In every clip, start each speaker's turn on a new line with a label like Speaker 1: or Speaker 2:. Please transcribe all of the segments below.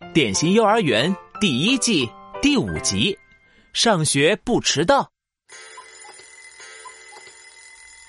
Speaker 1: 《典型幼儿园》第一季第五集：上学不迟到。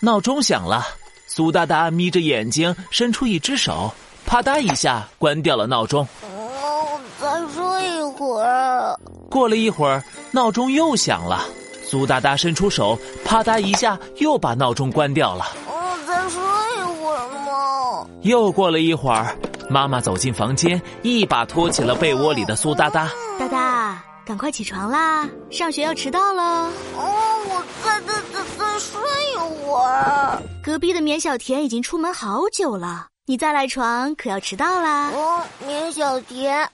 Speaker 1: 闹钟响了，苏哒哒眯着眼睛，伸出一只手，啪嗒一下关掉了闹钟。
Speaker 2: 哦，再睡一会儿。
Speaker 1: 过了一会儿，闹钟又响了，苏哒哒伸出手，啪嗒一下又把闹钟关掉了。
Speaker 2: 哦，再睡一会儿嘛。
Speaker 1: 又过了一会儿，妈妈走进房间，一把拖起了被窝里的苏哒哒。
Speaker 3: 哒哒，赶快起床啦，上学要迟到喽！
Speaker 2: 哦，我再再再再睡一会儿。
Speaker 3: 隔壁的绵小田已经出门好久了，你再赖床可要迟到啦！
Speaker 2: 哦，绵小田，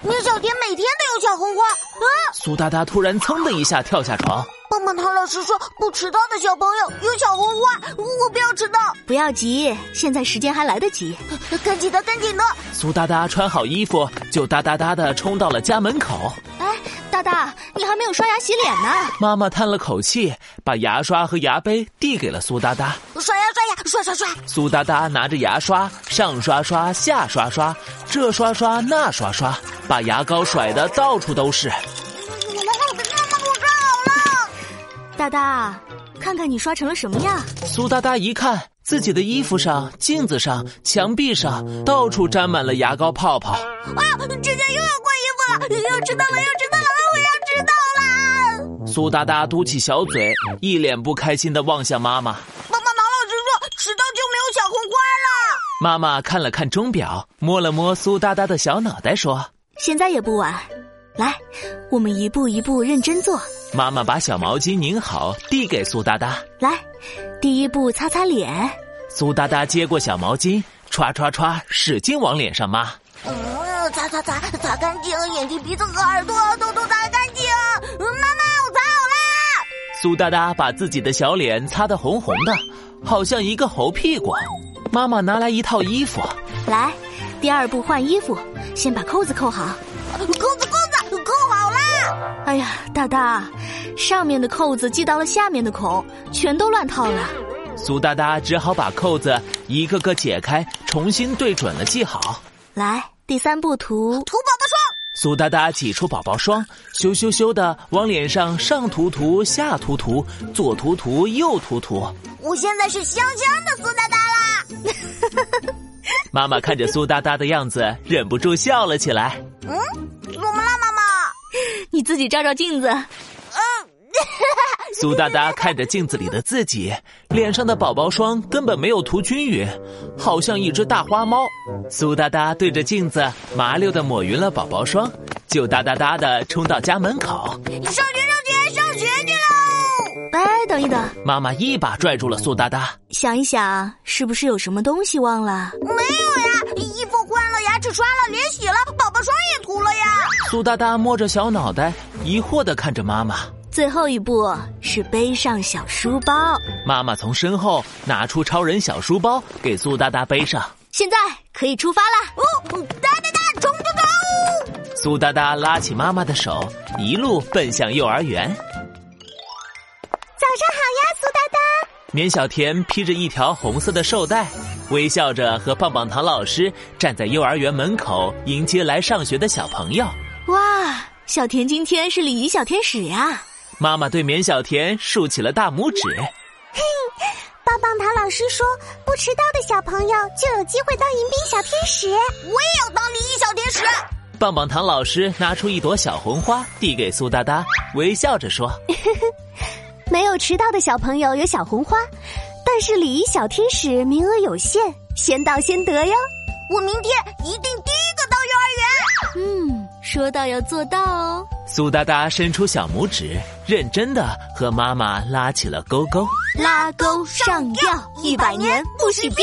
Speaker 2: 绵小田每天都有小红花啊！
Speaker 1: 苏哒哒突然噌的一下跳下床，
Speaker 2: 棒棒糖老师说，不迟到的小朋友有小红花，我不要迟到，
Speaker 3: 不要急，现在时间还来得及。
Speaker 2: 赶紧的，赶紧的！
Speaker 1: 苏哒哒穿好衣服，就哒哒哒的冲到了家门口。
Speaker 3: 哎，大大，你还没有刷牙洗脸呢。
Speaker 1: 妈妈叹了口气，把牙刷和牙杯递给了苏哒哒。
Speaker 2: 刷
Speaker 3: 哎
Speaker 2: 牙，刷牙，刷刷刷！
Speaker 1: 苏哒哒拿着牙刷，上刷刷，下刷刷，这刷刷那刷刷，把牙膏甩得到处都是。
Speaker 2: 我的我的妈妈，我刷好了。
Speaker 3: 大大，看看你刷成了什么样？
Speaker 1: 苏哒哒一看，自己的衣服上、镜子上、墙壁上，到处沾满了牙膏泡泡。
Speaker 2: 啊，之前又要换衣服了，又迟到了，又迟到了，啊我要迟到了！
Speaker 1: 苏哒哒嘟起小嘴，一脸不开心的望向妈妈。
Speaker 2: 棒棒糖老师说，迟到就没有小红花了。
Speaker 1: 妈妈看了看钟表，摸了摸苏哒哒的小脑袋，说
Speaker 3: 现在也不晚，来，我们一步一步认真做。：“
Speaker 1: 妈妈把小毛巾拧好，递给苏哒哒。
Speaker 3: 来，第一步擦擦脸，”
Speaker 1: 苏哒哒接过小毛巾，歘歘歘，使劲往脸上抹。
Speaker 2: 嗯，擦擦擦，擦干净，眼睛、鼻子和耳朵都都擦干净。嗯妈妈，我擦好啦！
Speaker 1: 苏哒哒把自己的小脸擦得红红的，好像一个猴屁股。妈妈拿来一套衣服，
Speaker 3: 来，第二步换衣服，先把扣子扣好。
Speaker 2: 扣子扣子扣好啦！
Speaker 3: 哎呀，大大，上面的扣子系到了下面的孔，全都乱套了。
Speaker 1: 苏哒哒只好把扣子一个个解开，重新对准了系好。
Speaker 3: 来，第三步 涂，
Speaker 2: 涂宝宝霜，
Speaker 1: 苏哒哒挤出宝宝霜，咻咻咻的往脸上上涂涂、下涂涂、左涂涂、右涂涂。
Speaker 2: 我现在是香香的苏哒哒啦。
Speaker 1: 妈妈看着苏哒哒的样子，忍不住笑了起来。
Speaker 2: 嗯，怎么啦，妈妈？
Speaker 3: 你自己照照镜子。
Speaker 1: 苏哒哒看着镜子里的自己，脸上的宝宝霜根本没有涂均匀，好像一只大花猫。苏哒哒对着镜子麻溜的抹匀了宝宝霜，就哒哒哒的冲到家门口。
Speaker 2: 上学上学上学去喽！
Speaker 3: 哎，等一等，
Speaker 1: 妈妈一把拽住了苏哒哒。
Speaker 3: 想一想，是不是有什么东西忘了？
Speaker 2: 没有呀，衣服换了，牙齿刷了，脸洗了，宝宝霜也涂了呀。
Speaker 1: 苏哒哒摸着小脑袋，疑惑的看着妈妈。
Speaker 3: 最后一步是背上小书包，
Speaker 1: 妈妈从身后拿出超人小书包给苏哒哒背上。
Speaker 3: 现在可以出发啦！
Speaker 2: 哦，哒哒哒，冲冲冲！
Speaker 1: 苏哒哒拉起妈妈的手，一路奔向幼儿园。
Speaker 3: 早上好呀，苏哒哒。
Speaker 1: 绵小田披着一条红色的绶带，微笑着和棒棒糖老师站在幼儿园门口迎接来上学的小朋友。
Speaker 3: 哇，小田今天是礼仪小天使呀！
Speaker 1: 妈妈对绵小田竖起了大拇指。
Speaker 4: 棒棒糖老师说，不迟到的小朋友就有机会当迎宾小天使。
Speaker 2: 我也要当礼仪小天使。
Speaker 1: 棒棒糖老师拿出一朵小红花递给苏哒哒，微笑着说
Speaker 4: 没有迟到的小朋友有小红花，但是礼仪小天使名额有限，先到先得哟。
Speaker 2: 我明天一定第一个到幼儿园。
Speaker 3: 嗯，说到要做到哦。：“
Speaker 1: 苏哒哒伸出小拇指，认真的和妈妈拉起了勾勾。”
Speaker 3: 拉钩上吊，一百年不许变。